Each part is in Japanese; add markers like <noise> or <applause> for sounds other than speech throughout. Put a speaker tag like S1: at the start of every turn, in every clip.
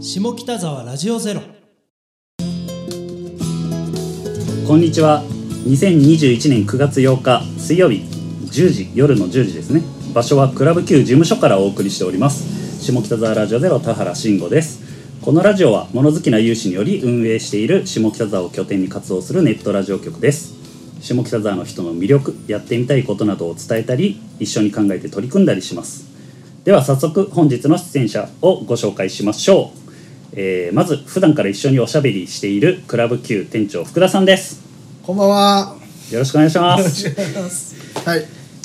S1: 下北沢ラジオゼロ
S2: こんにちは2021年9月8日水曜日10時夜の10時ですね場所はクラブ Q 事務所からお送りしております下北沢ラジオでは田原慎吾ですこのラジオは物好きな有志により運営している下北沢を拠点に活動するネットラジオ局です下北沢の人の魅力やってみたいことなどを伝えたり一緒に考えて取り組んだりしますでは早速本日の出演者をご紹介しましょう、えーまず普段から一緒におしゃべりしているクラブ Q 店長福田さんです
S3: こんばんは。
S2: よろしくお願いします。
S3: はい。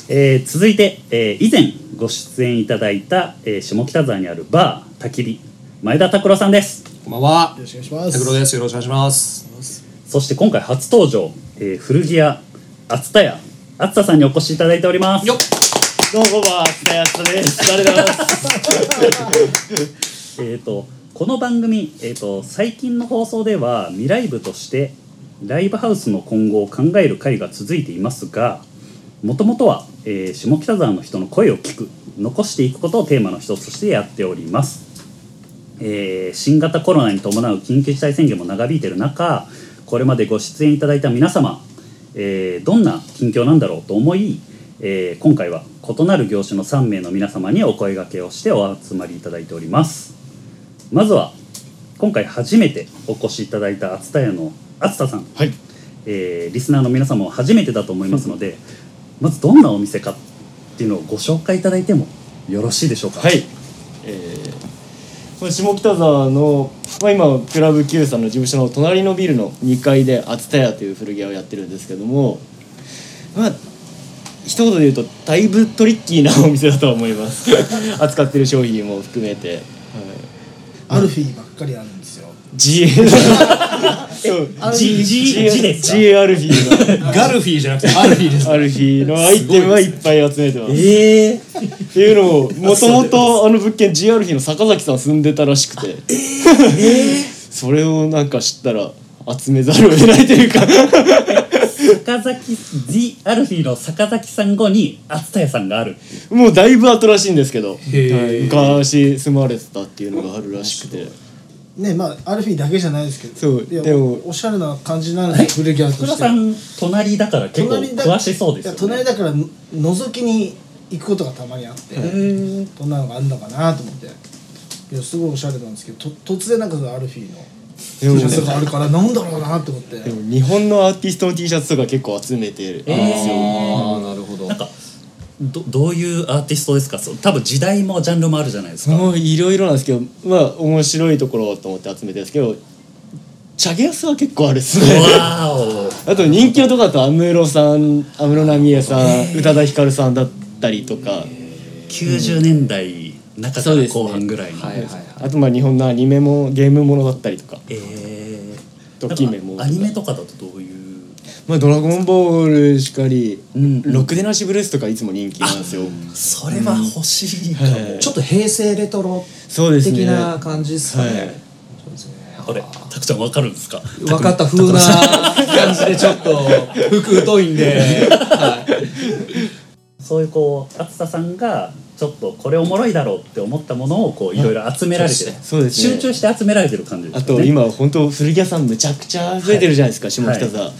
S2: えー続いて、えー以前ご出演いただいた、えー下北沢にあるバーたきり前田拓郎さんです。
S4: こんばんは
S3: よ。ろしくお願いします。
S4: タクロです。よろしくお願いします。
S2: そして今回初登場、えー古着屋厚田屋厚田さんにお越しいただいております。
S4: よっ。
S5: どうもバースタヤスです。ありがとうございます。
S2: <laughs> えー、とこの番組、えー、と最近の放送では未来部としてライブハウスの今後を考える会が続いていますがもともとは、えー下北沢の人の声を聞く残していくことをテーマの一つとしてやっております、えー新型コロナに伴う緊急事態宣言も長引いている中これまでご出演いただいた皆様、えーどんな近況なんだろうと思い、えー今回は異なる業種の3名の皆様にお声掛けをしてお集まりいただいておりますまずは今回初めてお越しいただいた熱田屋の熱田さん、
S5: はい。
S2: えーリスナーの皆様は初めてだと思いますので、まずどんなお店かっていうのをご紹介いただいてもよろしいでしょうか
S5: はい。えーまあ、下北沢の、まあ、今クラブ Q さんの事務所の隣のビルの2階で厚田屋という古着屋をやってるんですけども、まあ一言で言うとだいぶトリッキーなお店だとは思います。
S1: <laughs>
S5: 扱ってる商品も含めて。はい
S3: アルフィーばっかりなんですよ。
S5: G
S2: ジジジですか
S5: G アルフィー
S4: ガルフィーじゃなくてアルフィ
S5: <laughs>
S4: ーです。
S5: のアルフィーのアイテムはいっぱい集めてます
S2: ええ
S5: っていうのをもともとあの物件 G アルフィーの坂崎さん住んでたらしくて、 <laughs> それをなんか知ったら集めざるを得ないというか <laughs>
S2: 坂崎ジアルフィーの坂崎さん後に熱田屋さんがある
S5: もうだいぶ後らしいんですけど、
S4: ー
S5: はい昔住まれてたっていうのがあるらしくて
S3: ね、まあアルフィーだけじゃないですけど。
S5: そう
S3: いや
S5: でも
S3: おしゃれな感じなんですよ。古着屋と
S2: 福田
S3: し
S2: さ
S3: て。
S2: ん隣だから結構
S3: だ
S2: 詳しそうですよ、
S3: い
S2: ね、
S3: や隣だからの覗きに行くことがたまにあって、どんなのがあるのかなと思って。いやすごいおしゃれなんですけど、と突然なんかそのアルフィーの T シャツがあるからなんだろうなと思って。
S5: でも日本のアーティストの T シャツとか結構集めてるんですよ、
S4: ああ、なるほど
S2: なん。かどどういうアーティストですかそう多分時代もジャンルもあるじゃないですか、
S5: もういろいろなんですけどまあ面白いところと思って集めてるんですけどチャゲアスは結構あるですね
S2: わーお
S5: あと人気のとこだと安室さん安室奈美恵さん宇多田ヒカルさんだったりとか
S2: 90年代中
S5: そ
S2: か
S5: う
S2: ら
S5: ですね
S2: 後半ぐらいの、
S4: はいはいはい。
S5: あとまあ日本のアニメもゲームものだったりとか
S2: えー、
S5: ドキュメも
S2: なんかアニメとかだとどういう
S5: まあ「ドラゴンボール」しかり「
S2: ん
S5: ロックでなしブルース」とかいつも人気なんですよ
S2: それは欲しいかも、
S4: ちょっと平成レトロ
S5: そうですね
S4: 的な感じですかね。
S5: はい
S4: そうですね。
S2: これたくちゃんわかるんですか
S4: 分かった風な感じでちょっと服疎いんで。 <laughs> はい
S2: そういうこう厚田さんがちょっとこれおもろいだろうって思ったものをこういろいろ集められて、
S5: そうですね
S2: 集中して集められてる感じで
S5: あ
S2: すよ
S5: と
S2: ね
S5: 今本当古着屋さんむちゃくちゃ増えてるじゃないですか、下北沢、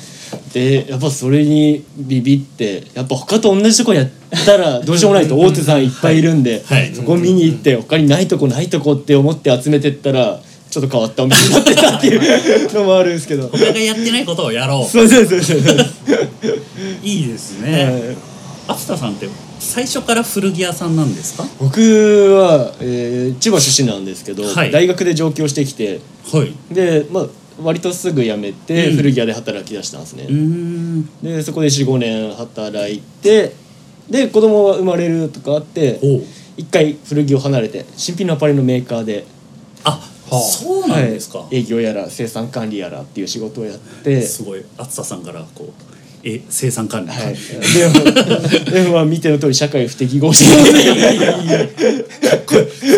S5: でやっぱそれにビビってやっぱ他と同じとこやったらどうしようもないと大手さんいっぱいいるんで、
S2: はいはい
S5: そこ見に行って他にないとこないとこって思って集めてったらちょっと変わったお店になってたっていうのもあるんですけど
S2: 僕がやってないことをやろう
S5: そうそうそうそうそう
S2: いいですね厚田さんって最初から古着屋さんなんですか
S5: 僕は、えー千葉出身なんですけど、
S2: はい
S5: 大学で上京してきて
S2: はい
S5: でまあ割とすぐ辞めて
S2: うん
S5: 古着屋で働き出したんですね、
S2: うん
S5: でそこで45年働いてで子供が生まれるとかあって
S2: おう
S5: 一回古着を離れて新品のアパレルのメーカーで
S2: あ、そうなんですか、
S5: はい営業やら生産管理やらっていう仕事をやって
S2: すごい厚田さんからこうえ生産管理、
S5: はい、 <laughs> でもでもまあ見ての通り社会不適合者
S2: 普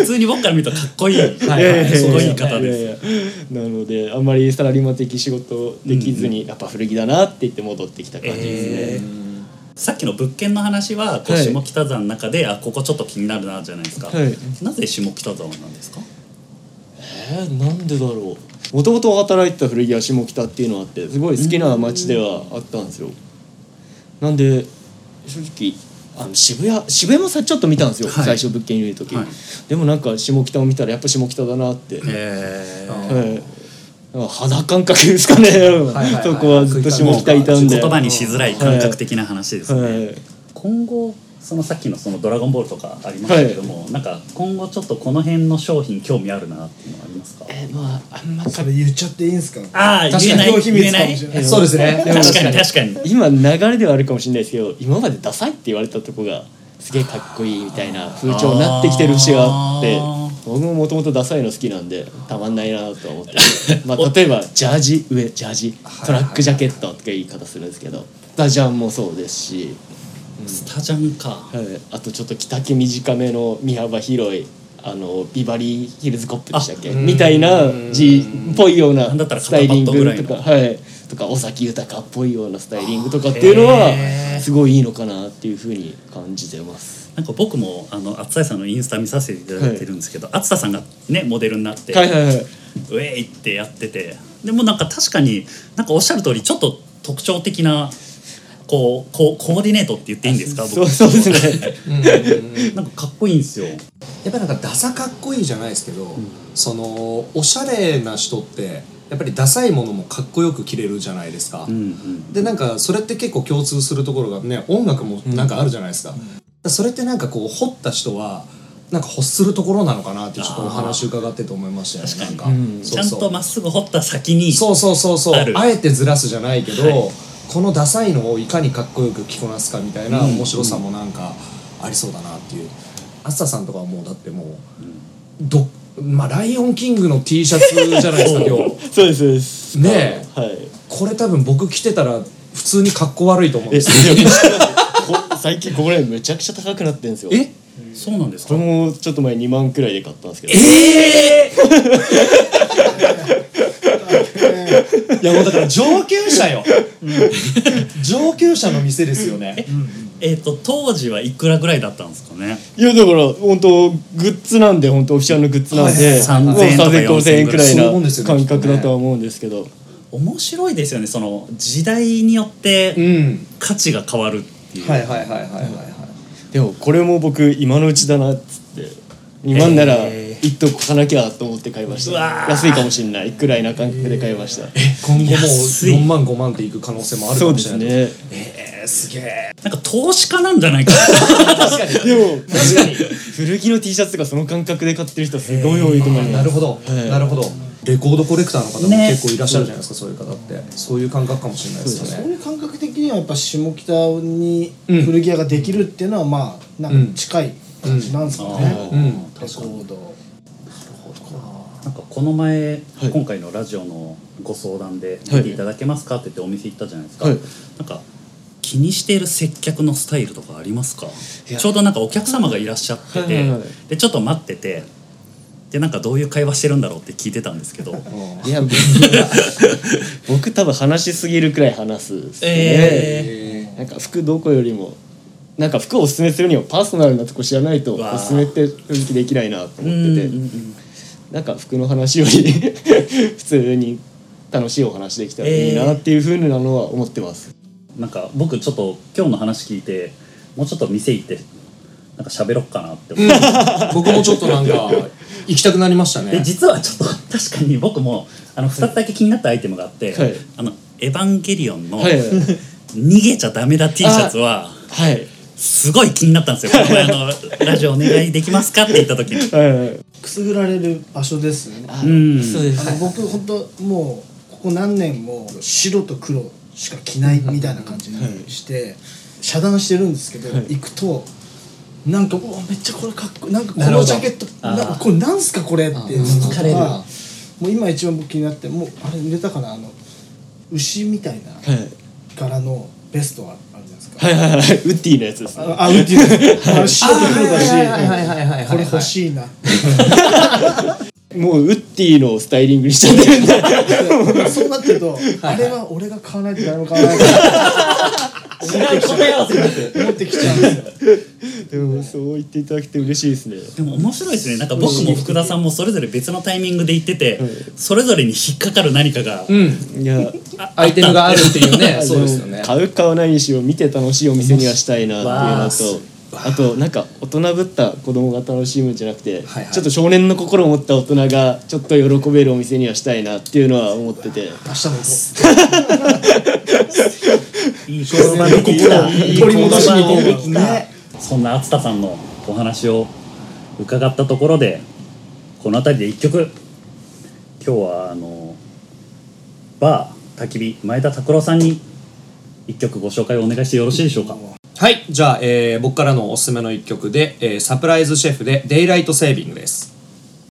S2: 通に僕から見るとかっこいい
S4: はい
S5: やや
S2: す
S5: や
S2: ごい言い方
S5: いや
S2: です
S5: いやなのであんまりサラリーマン的仕事できずに、やっぱ古着だなって言って戻ってきた感じですね、
S2: えーさっきの物件の話はこう
S5: はい
S2: 下北沢の中で、あここちょっと気になるなじゃないですか、
S5: はい
S2: なぜ下北沢なんですか
S5: えー、なんでだろうもともと働いてた古着屋下北っていうのがあってすごい好きな街ではあったんですよなんで正直あの渋谷渋谷もさちょっと見たんですよ、
S2: はい
S5: 最初物件入れる時、
S2: はい
S5: でもなんか下北を見たらやっぱ下北だなって、
S2: えー
S5: はいだから肌感覚ですかね、
S4: はいはい
S5: そこはずっと下北いたんで
S2: 言葉にしづらい感覚的な話ですね、
S5: はい
S2: 今後そのさっきのその「ドラゴンボール」とかありましたけども、なんか今後ちょっとこの辺の商品興味あるなっていうのはありますか
S5: えーまああんま
S3: それ言っちゃっていいんすか
S2: ああ言えない
S3: 確かに
S2: 言えない
S3: 秘密
S2: 確
S3: かもしれ
S2: か
S3: ない
S4: そうです
S5: で
S4: ね
S5: も
S2: に確かに
S5: 今流れではあるかもしれないですけど今までダサいって言われたとこがすげえかっこいいみたいな風潮になってきてる節があって
S2: あ
S5: 僕ももともとダサいの好きなんでたまんないなとは思ってるまあ例えばジャージ上ジャージトラックジャケットとか言い方するんですけどスタジャンもそうですし、
S2: スタジャンか
S5: はい、あとちょっと着丈短めの身幅広いあのビバリーヒルズコップでしたっけみたいな字っぽいような
S2: なんだったら
S5: スタイリン
S2: 肩パッドぐらい
S5: グ
S2: の
S5: とか、はい、とか尾崎豊っぽいようなスタイリングとかっていうの
S2: あーへ
S5: は
S2: ー
S5: すごいいいのかなっていうふうに感じてます。
S2: なんか僕もあの厚田さんのインスタ見させていただいてるんですけど、厚田さんがねモデルになって、
S5: はいはいはい、
S2: ウェイってやっててでもなんか確かになんかおっしゃる通りちょっと特徴的なこうこうコーディネートって言っていいんですか僕
S5: そうそうですね。
S2: なんかかっこいいんですよ
S4: やっぱなんかダサかっこいいじゃないですけど、そのおしゃれな人ってやっぱりダサいものもかっこよく着れるじゃないですか、
S2: うんうん
S4: でなんかそれって結構共通するところがね音楽もなんかあるじゃないですか,、それってなんかこう掘った人はなんか欲するところなのかなってちょっとお話伺ってて思いましたよ
S2: 確
S4: ね
S2: かに
S4: なんか、
S2: ち
S4: そう
S2: ゃん
S4: そう
S2: とまっすぐ掘った先に
S4: そうそうそうそう
S2: あ
S4: あ
S2: る
S4: えてずらすじゃないけど、
S2: はい
S4: このダサいのをいかにかっこよく着こなすかみたいな
S2: うん
S4: 面白さもなんかありそうだなっていう熱田さんとかはもうだってもうどまあライオンキングの T シャツじゃないです <laughs> か今日
S5: そうですそうです。
S4: ねえ
S5: はい。
S4: これ多分僕着てたら普通に格好悪いと思うん
S5: え、
S4: ですよ
S5: いや <laughs> こ最近これめちゃくちゃ高くなってんですよ。
S4: え
S2: そうなんです
S5: こ
S2: か
S5: れもちょっと前2万くらいで買ったんですけど。
S4: いやもうだ <laughs> から上級者よ <laughs> 上級者の店ですよね
S2: えっ、と当時はいくらぐらいだったんですかね
S5: いやだから本当グッズなんで本当オフィシャルのグッズなんで、
S2: はい
S5: もう
S2: 3000円とか
S5: 3000 5000円くらいな
S4: そういうもんですよね
S5: 感覚だとは思うんですけど
S2: 面白いですよねその時代によって
S4: ん
S2: 価値が変わるっていう、
S4: はいはいはいはいはいはい
S5: でもこれも僕今のうちだなっつって今なら
S2: へ
S5: 一等買わなきゃと思って買いまし
S2: うわ
S5: た
S2: ー
S5: 安いかもしれないくらいな感覚で買いました
S4: 今後もう
S2: 安い
S4: 4万5万っていく可能性もあるか
S5: そう
S4: も
S5: で
S4: し
S5: す
S4: れない
S5: ね
S4: えー、すげえ
S2: なんか投資家なんじゃないかな
S4: 確かに
S5: でも古着の T シャツとかその感覚で買ってる人すごい多いと思います
S4: なるほど、
S5: い
S4: なるほどレコードコレクターの方も
S2: ね
S4: 結構いらっしゃるじゃないですか、そういう方ってそういう感覚かもしれないです
S3: そ
S4: よ
S3: う
S4: ね
S3: いう感覚的にはやっぱ下北に古着屋ができるっていうのはまあなんか近い感じなんですかね、
S4: うん
S3: レコード
S2: なんかこの前、
S5: はい
S2: 今回のラジオのご相談で
S5: はい
S2: 見ていただけますかって言ってお店行ったじゃないですか、
S5: はい
S2: なんか気にしている接客のスタイルとかありますか
S5: いや
S2: ちょうどなんかお客様がいらっしゃってて、
S5: はいはいはい
S2: でちょっと待っててでなんかどういう会話してるんだろうって聞いてたんですけど
S5: いや僕は僕多分話しすぎるくらい話すっすね
S2: えー
S4: え
S5: なんか服どこよりもなんか服をおすすめするにはパーソナルなとこ知らないと
S2: うわー
S5: おすすめって正直できないなと
S2: う
S5: 思
S2: ん
S5: っ
S2: うんう
S5: てて
S2: ん
S5: なんか服の話より <laughs> 普通に楽しいお話できたらいいなっていうふうなのは思ってます、
S2: なんか僕ちょっと今日の話聞いてもうちょっと店行ってなんか喋ろっかなって思って。
S4: ー僕もちょっとなんか行きたくなりました
S2: で
S4: ね
S2: 実はちょっと確かに僕もあの2つだけ気になったアイテムがあって「
S5: はい
S2: あのエヴァンゲリオン」の
S5: はいはい
S2: 「逃げちゃダメだ T シャツ」は
S5: はい
S2: すごい気になったんで
S5: <laughs>
S2: すよ「この前あのラジオお願いできますか?」って言った時に。
S5: はいはい
S3: くすぐられる場所ですねあ
S2: うん
S5: そうです
S3: の僕本当もうここ何年も白と黒しか着ないみたいな感じにして遮断してるんですけど、行くとなんかうわめっちゃこれかっこいいなんかこ
S4: なるほ
S3: の
S4: ど
S3: ジャケットなん
S2: あ
S3: か
S2: ー
S3: これなんすかこれっていうの
S2: 疲れる
S3: がもう今一番僕気になってもうあれ売れたかなあの牛みたいな柄のベストあるじゃないですか、
S5: はいはいはいはいウッディのやつですね
S3: ああ、ウッディです。あの白と黒だ
S4: はいはいはいはいはいはいはい
S3: し、これ欲しいな。
S5: もうウッディのスタイリングにしちゃってるんで
S2: <laughs>
S3: そうなってると、あれは俺が買わないと誰も買わないから。
S5: <laughs> 違う答え合わせになってる
S3: 持ってきちゃうんですよ
S5: でもそう言っていただけて嬉しいですね
S2: でも面白いですねなんか僕も福田さんもそれぞれ別のタイミングで行ってて、それぞれに引っかかる何かが、
S4: うん
S5: いや
S4: アイテムがあるってい
S5: <laughs>
S4: うねそうですよね
S5: 買う買わないにしよう見て楽しいお店にはしたいな
S2: わあ
S5: っていうのとあとなんか大人ぶった子供が楽しむんじゃなくて、
S4: はいはい
S5: ちょっと少年の心を持った大人がちょっと喜べるお店にはしたいなっていうのは思ってて
S4: 明日も行こ
S2: いい言葉出てきた
S4: いい言葉取り戻しに行こ
S2: い
S4: う
S2: い言葉出てきたそんな熱田さんのお話を伺ったところでこの辺りで一曲今日はあのバー焚き火前田拓郎さんに一曲ご紹介をお願いしてよろしいでしょうか
S4: うはいじゃあ、えー僕からのおすすめの一曲で、えーサプライズシェフで「デイライトセービング」です